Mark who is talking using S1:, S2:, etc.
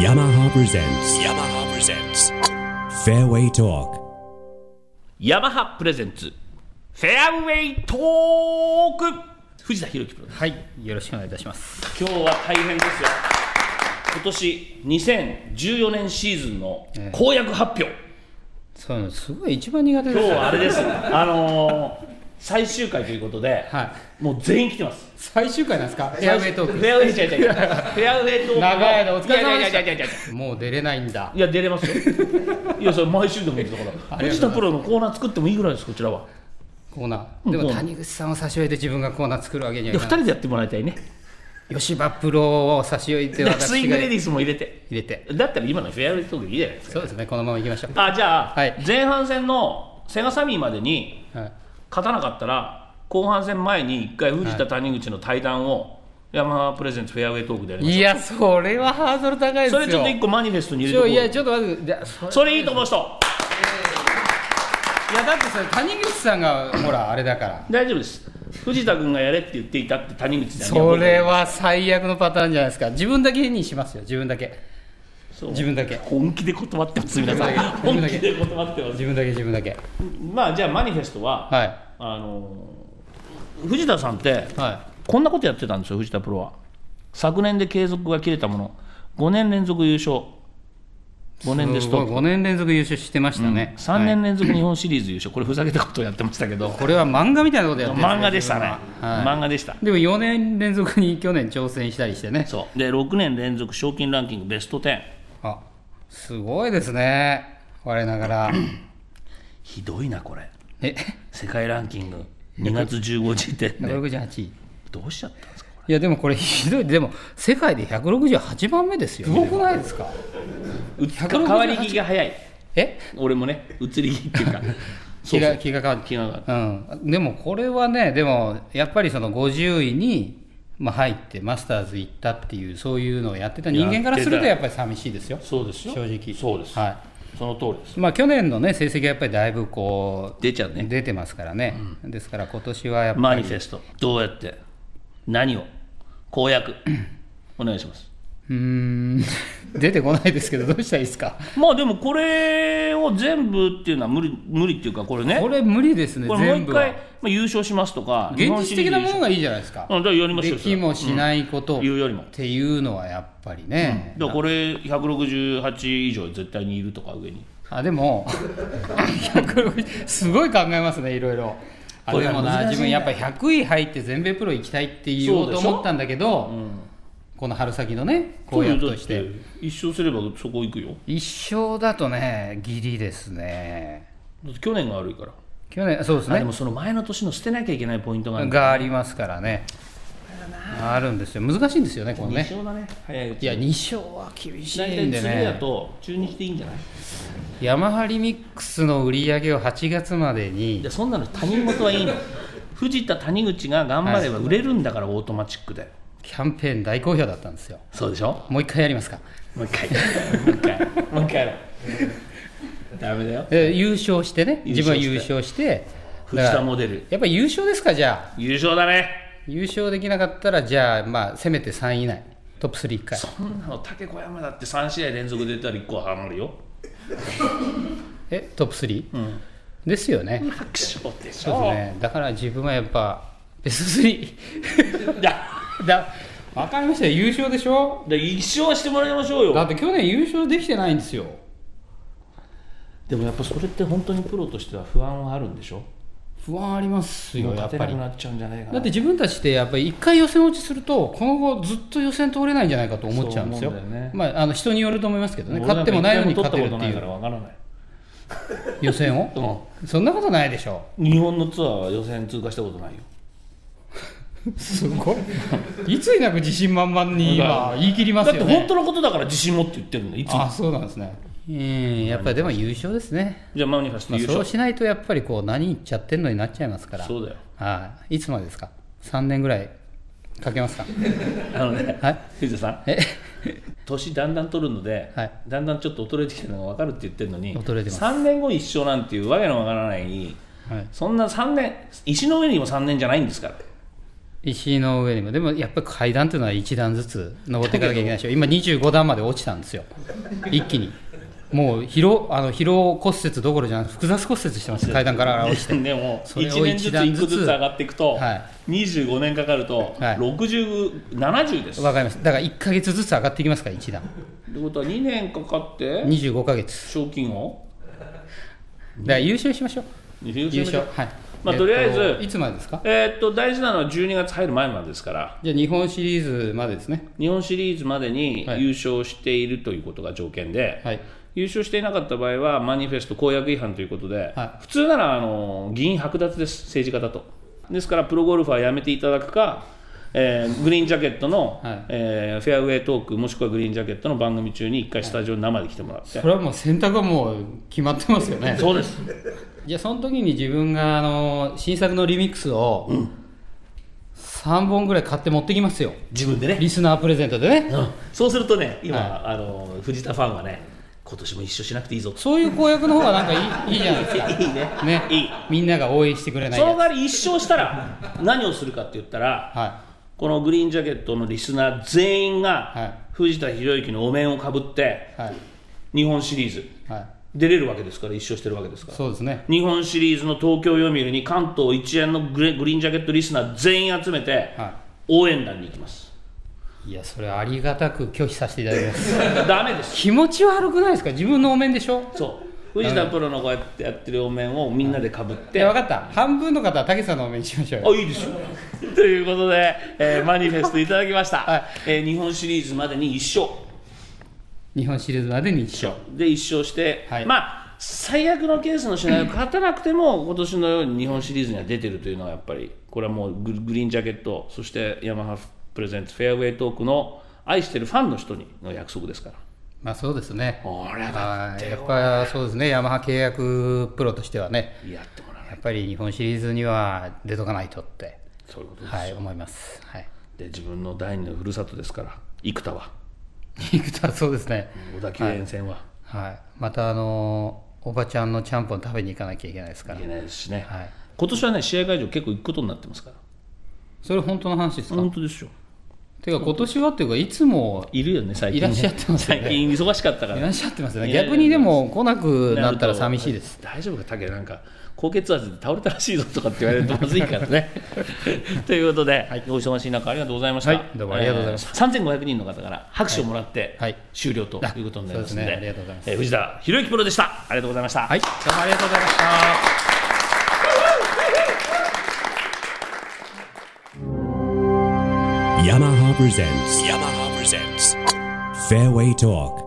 S1: yamaha presents yamaha presents fairway talk
S2: ヤマハプレゼンツフェアウェイトーク藤田博樹プロです
S3: はい、よろしくお願いいたします。
S2: 今日は大変ですよ今年2014年シーズンの公約発表、
S3: そういうのすごい一番苦手です。
S2: 今日はあれですあのー最終回ということで、
S3: はい。
S2: もう全員来てます
S3: 最終回なんですか？フェアウェイト
S2: フ
S3: ー
S2: ェアウェイ違う違う違うフェアウェイトークの
S3: 長いのお疲れ様でした
S2: いやいやいやいやいや
S3: ク。もう出れないんだ
S2: い。や出れますよいやそれ毎週でもいいですから
S3: りがとうございます
S2: 藤田プロのコーナー作ってもいいぐらいですこちらは
S3: コーナー。で
S2: うん
S3: も
S2: コーナー
S3: 谷口さんを差し置いて自分がコーナー作るわけに
S2: い
S3: は
S2: や
S3: い
S2: 2
S3: かない。
S2: 人でやってもらいたいね
S3: 吉羽プロを差し置いて
S2: でスイ
S3: 私
S2: ング
S3: が
S2: レデ
S3: 入
S2: ィースも入れて
S3: れて。
S2: だったら今のフェアウェイトークでいいじゃないですか
S3: そうですね。このまま行きましょう。
S2: あじゃあ、
S3: はい
S2: 前半戦のセガサミーまでに
S3: はい。
S2: 勝たなかったら後半戦前に一回藤田谷口の対談を、ヤマハプレゼンツフェアウェイトークでやりまし
S3: いや、それはハードル高いで
S2: ょ
S3: すよ。
S2: それちょっと一個マニフェストに入
S3: ち
S2: れ
S3: ょ
S2: て
S3: いやち
S2: こ
S3: ょっと待って。いやそうれ
S2: それいいと思う人
S3: いやだってそれ谷口さんがほらあれだから。
S2: 大丈夫です藤田君がやれって言っていたって谷口さんには
S3: それは最悪のパターンじゃないですか。自分だけにしますよ。自分だけ。
S2: そう
S3: 自分だけ
S2: 本気で断ってます皆さん
S3: 自
S2: 本
S3: 分だけ
S2: 気で断ってます
S3: 自分だけ自分だけ。
S2: まあじゃあマニフェストは、
S3: はい。
S2: あのー藤田さんって
S3: は
S2: こんなことやってたんですよ、藤田プロは。昨年で継続が切れたもの、5年連続優勝、5
S3: い、
S2: 年でストップ、
S3: 5年連続優勝してましたね、
S2: 3年連続日本シリーズ優勝、これ、ふざけたことをやってましたけど、
S3: これは漫画みたいなことやってるんすね
S2: 漫画でしたね、
S3: はい
S2: 漫画でした。
S3: でも4年連続に去年挑戦したりしてね
S2: そうで6年連続賞金ランキングベスト10、
S3: あすごいですね我なが ら
S2: ひどいな、これ、
S3: え
S2: 世界ランキング、2月15時点で、
S3: 168位
S2: どうしちゃったんですか、こ
S3: いやでもこれひどいでも世界で168番目ですよすごくないですか
S2: れ、うつ変わり気が早い、
S3: え
S2: 俺もね、移り気ってい うか、
S3: 気
S2: そう
S3: が
S2: そう
S3: 気が変わって
S2: 気が上がる
S3: うん、でもこれはね、でもやっぱりその50位に、まあ、入ってマスターズ行ったっていう、そういうのをやってた人間からすると
S2: や
S3: やっぱり寂しいですよ、
S2: そうですよ
S3: 正直。
S2: そうです
S3: は
S2: その通りです。
S3: いまあ、去年の、ね、成績がやっぱりだいぶこう
S2: 出ちゃうね
S3: 出てますからね、ですから今年はやっぱ
S2: マニ
S3: り、
S2: フェスト、どうやって、何を、公約、 お願いします。
S3: うーん、出てこないですけど、どうしたらいいで すか、
S2: まあでも、これを全部っていうのは無理無理っていうか、これね、
S3: これ、無理ですね、
S2: これもう
S3: 全
S2: 一
S3: 部は
S2: 回、まあ、優勝しますとか、
S3: 現実的なもの
S2: が、
S3: がいいじゃないですか、
S2: うん、だからやりましょう
S3: で
S2: よ
S3: きもしないこと
S2: 言うよりも。
S3: っていうのはやっぱりね、
S2: だからこれ、168以上絶対にいるとか、上に。
S3: あでも 160すごい考えますねいろいろあ
S2: これ
S3: で
S2: が
S3: もな
S2: 難しい
S3: 自
S2: んだ
S3: 分やっぱ100位入って全米プロ行きたいって言おうと思ったんだけど、この春先のね公約とし
S2: そう
S3: て
S2: よだって一勝すればそこ行くよ。
S3: 一勝だとねギリですね
S2: だって去年が悪いから。
S3: 去年そうです
S2: あで
S3: ね
S2: もその前の年の捨てなきゃいけないポイントがあるんだ
S3: がありますからねあるんですよ難しいんですよねこの
S2: 二
S3: ね
S2: 勝だね、早いうち
S3: いや2勝は厳し
S2: 大
S3: い
S2: 体
S3: んで
S2: 次だ
S3: ね
S2: と、中日でいいんじゃない
S3: ヤマハリミックスの売り上げを8月まで
S2: い
S3: に
S2: やそんなの他人事はいいの藤田谷口が頑張れば売れるんだからオートマチックで
S3: キャンペーン大好評だったんですよ
S2: そうでしょ
S3: もう一回やりますか
S2: もう一回もう一回もう一回やろうダメだよ
S3: えー優勝してね
S2: 優勝して
S3: 自分は優勝して
S2: 藤田モデル
S3: やっぱり優勝ですかじゃあ
S2: 優勝だね
S3: 優勝できなかったらじゃあまあせめて3位以内トップ3回
S2: そんなの竹小山だって3試合連続出たら1個はまるよ
S3: えトップ 3?、ですよね
S2: 楽勝でし
S3: そう
S2: ょ
S3: ですねだから自分はやっぱベスト3
S2: いや
S3: だ分かりましたよ優勝でしょ
S2: で一勝してもらいましょう
S3: だ
S2: よ
S3: って去年優勝できてないんですよ
S2: でもやっぱそれって本当にプロとしては不安はあるんでしょ
S3: 不安あります
S2: も
S3: よ
S2: う
S3: やっ
S2: 勝て
S3: ぱ
S2: なく
S3: り
S2: なっちゃうんじゃないか
S3: だ
S2: な
S3: って自分たちってやっぱり一回予選落ちするとこの後ずっと予選通れないんじゃないかと思っちゃうんですよ
S2: そう思うんだよね
S3: まあ、あの人によると思いますけどね
S2: 俺
S3: 勝ってもないのに
S2: んか一
S3: 勝て
S2: 回
S3: る
S2: も
S3: って
S2: 取
S3: い
S2: ったことないか
S3: う
S2: らわからない
S3: 予選を、そんなことないでしょ
S2: 日本のツアーは予選通過したことないよ
S3: すごいいつになく自信満々に今言い切ります
S2: だ
S3: よ
S2: っ
S3: ね
S2: て本当のことだから自信持って言ってるんだいつも
S3: あそうなんですねうんやっぱりでも優勝ですね、
S2: じゃあマニファスト
S3: まあ、
S2: 優
S3: そ
S2: 勝
S3: うしないとやっぱりこう何言っちゃってんのになっちゃいますから
S2: そうだよ
S3: はいいつまでですか3年ぐらいかけます か
S2: あのね
S3: はい
S2: 藤田さん
S3: え
S2: 年だんだん取るので、
S3: はい
S2: だんだんちょっと衰えてきたのが分かるって言ってるのに
S3: 衰えてます
S2: 3年後一緒なんていうわけのわからない
S3: はい
S2: そんな3年石の上にも3年じゃないんですから
S3: 石の上にも、でもやっぱり階段というのは1段ずつ登っていかなきゃいけないでしょ、今25段まで落ちたんですよ、一気に。もう疲労あの疲労骨折どころじゃなくて複雑骨折してます階段から落ちて
S2: でも
S3: それを
S2: 1年ず
S3: 一
S2: つ
S3: 段
S2: 1
S3: ずつ
S2: 個ずつ上がっていくと、
S3: は
S2: 25年かかると、
S3: はい
S2: 60、70です。
S3: わかりますだから1か月ずつ上がっていきますから1段
S2: ってことは2年かかって、
S3: 25か月
S2: 賞金を
S3: だから優勝しましょう優勝はい
S2: まあ
S3: えっ
S2: とりあえず
S3: いつまでですか
S2: えーっと大事なのは12月入る前までですから、
S3: じゃあ日本シリーズまでですね
S2: 日本シリーズまでに
S3: はい
S2: 優勝しているということが条件で、
S3: はい
S2: 優勝していなかった場合は、マニフェスト公約違反ということで、
S3: は
S2: 普通ならあの議員剥奪です、政治家だと。ですから、プロゴルファーやめていただくか、えーグリーンジャケットの、
S3: はい
S2: えーフェアウェイトーク、もしくはグリーンジャケットの番組中に1回スタジオに生で来てもらって、
S3: それはもう選択はもう決まってますよね
S2: そうです、
S3: じゃあその時に自分があの新作のリミックスを3本ぐらい買って持ってきますよ
S2: 自分でね、
S3: リスナープレゼントでね
S2: うんそうするとね、今、
S3: は
S2: あの藤田ファンはね、今年も一緒しなくていいぞ
S3: そういう公約の方がなんかいいいいじゃないです か
S2: いいね。
S3: ね
S2: いい。
S3: みんなが応援してくれない
S2: その代
S3: や
S2: わり一勝したら何をするかって言ったら
S3: つ、は
S2: このグリーンジャケットのリスナー全員
S3: は
S2: が
S3: い
S2: 藤田博之のお面をかぶって
S3: いはい
S2: 日本シリーズ
S3: はい
S2: 出れるわけですから一勝してるわけですから
S3: そうですね
S2: 日本シリーズの東京読売に関東一円のグレグリーンジャケットリスナー全員集めて
S3: は
S2: 応援団に行きます
S3: いやそれありがたく拒否させていただきます
S2: ダメです
S3: 気持ち悪くないですか自分のお面でしょ
S2: そう藤田プロのこうやってやってるお面をみんなでかぶっ
S3: い
S2: て
S3: や分かった半分の方はたけしさんのお面にしましょうよ
S2: あいいですよということで、えーマニフェストいただきました、
S3: はい
S2: えー日本シリーズまでに1勝
S3: 日本シリーズまでに一勝
S2: で1勝して、
S3: はい
S2: まあ最悪のケースのシ ナリオ勝たなくても今年のように日本シリーズには出てるというのはやっぱりこれはもうググリーンジャケットそしてヤマハプレゼンツフェアウェイトークの愛してるファンの人にの約束ですから
S3: まあそうですね
S2: 俺だ
S3: は
S2: っ
S3: い
S2: て
S3: やっぱそうですねヤマハ契約プロとしてはね
S2: やってもらわない
S3: やっぱり日本シリーズには出とかないとって、
S2: そういうことです、
S3: はい、思います。はい。
S2: で自分の第二のふるさとですから生田は
S3: 行くとはそうですね。
S2: 小田急沿線は
S3: はい。また、あのーおばちゃんのちゃんぽん食べに行かなきゃいけないですから
S2: いけ。ないですしね、
S3: はい。
S2: 今年はね試合会場結構行くことになってますから
S3: それ本当の話ですか、
S2: 本当ですよ
S3: ていうか、今年はっていうか、いつも
S2: いるよね最近ね
S3: いらっしゃってますよね
S2: 最近忙しかったから
S3: いらっしゃってますよ
S2: い
S3: ね。
S2: やいや
S3: 逆にでも来なくなったら寂しいです。
S2: 大丈夫か竹なんか高血圧で倒れたらしいぞとかって言われるとまずいからね ということで、お忙しい中ありがとうございました、
S3: はいどうもありがとうございます
S2: えー3500人の方から拍手をもらって、
S3: はいはい
S2: 終了ということになりますので
S3: あそうですねありがとうございます
S2: えー藤田博之プロでしたありがとうございました、
S3: はい。どうもありがとうございました。
S1: yamaha presents yamaha presents fairway talk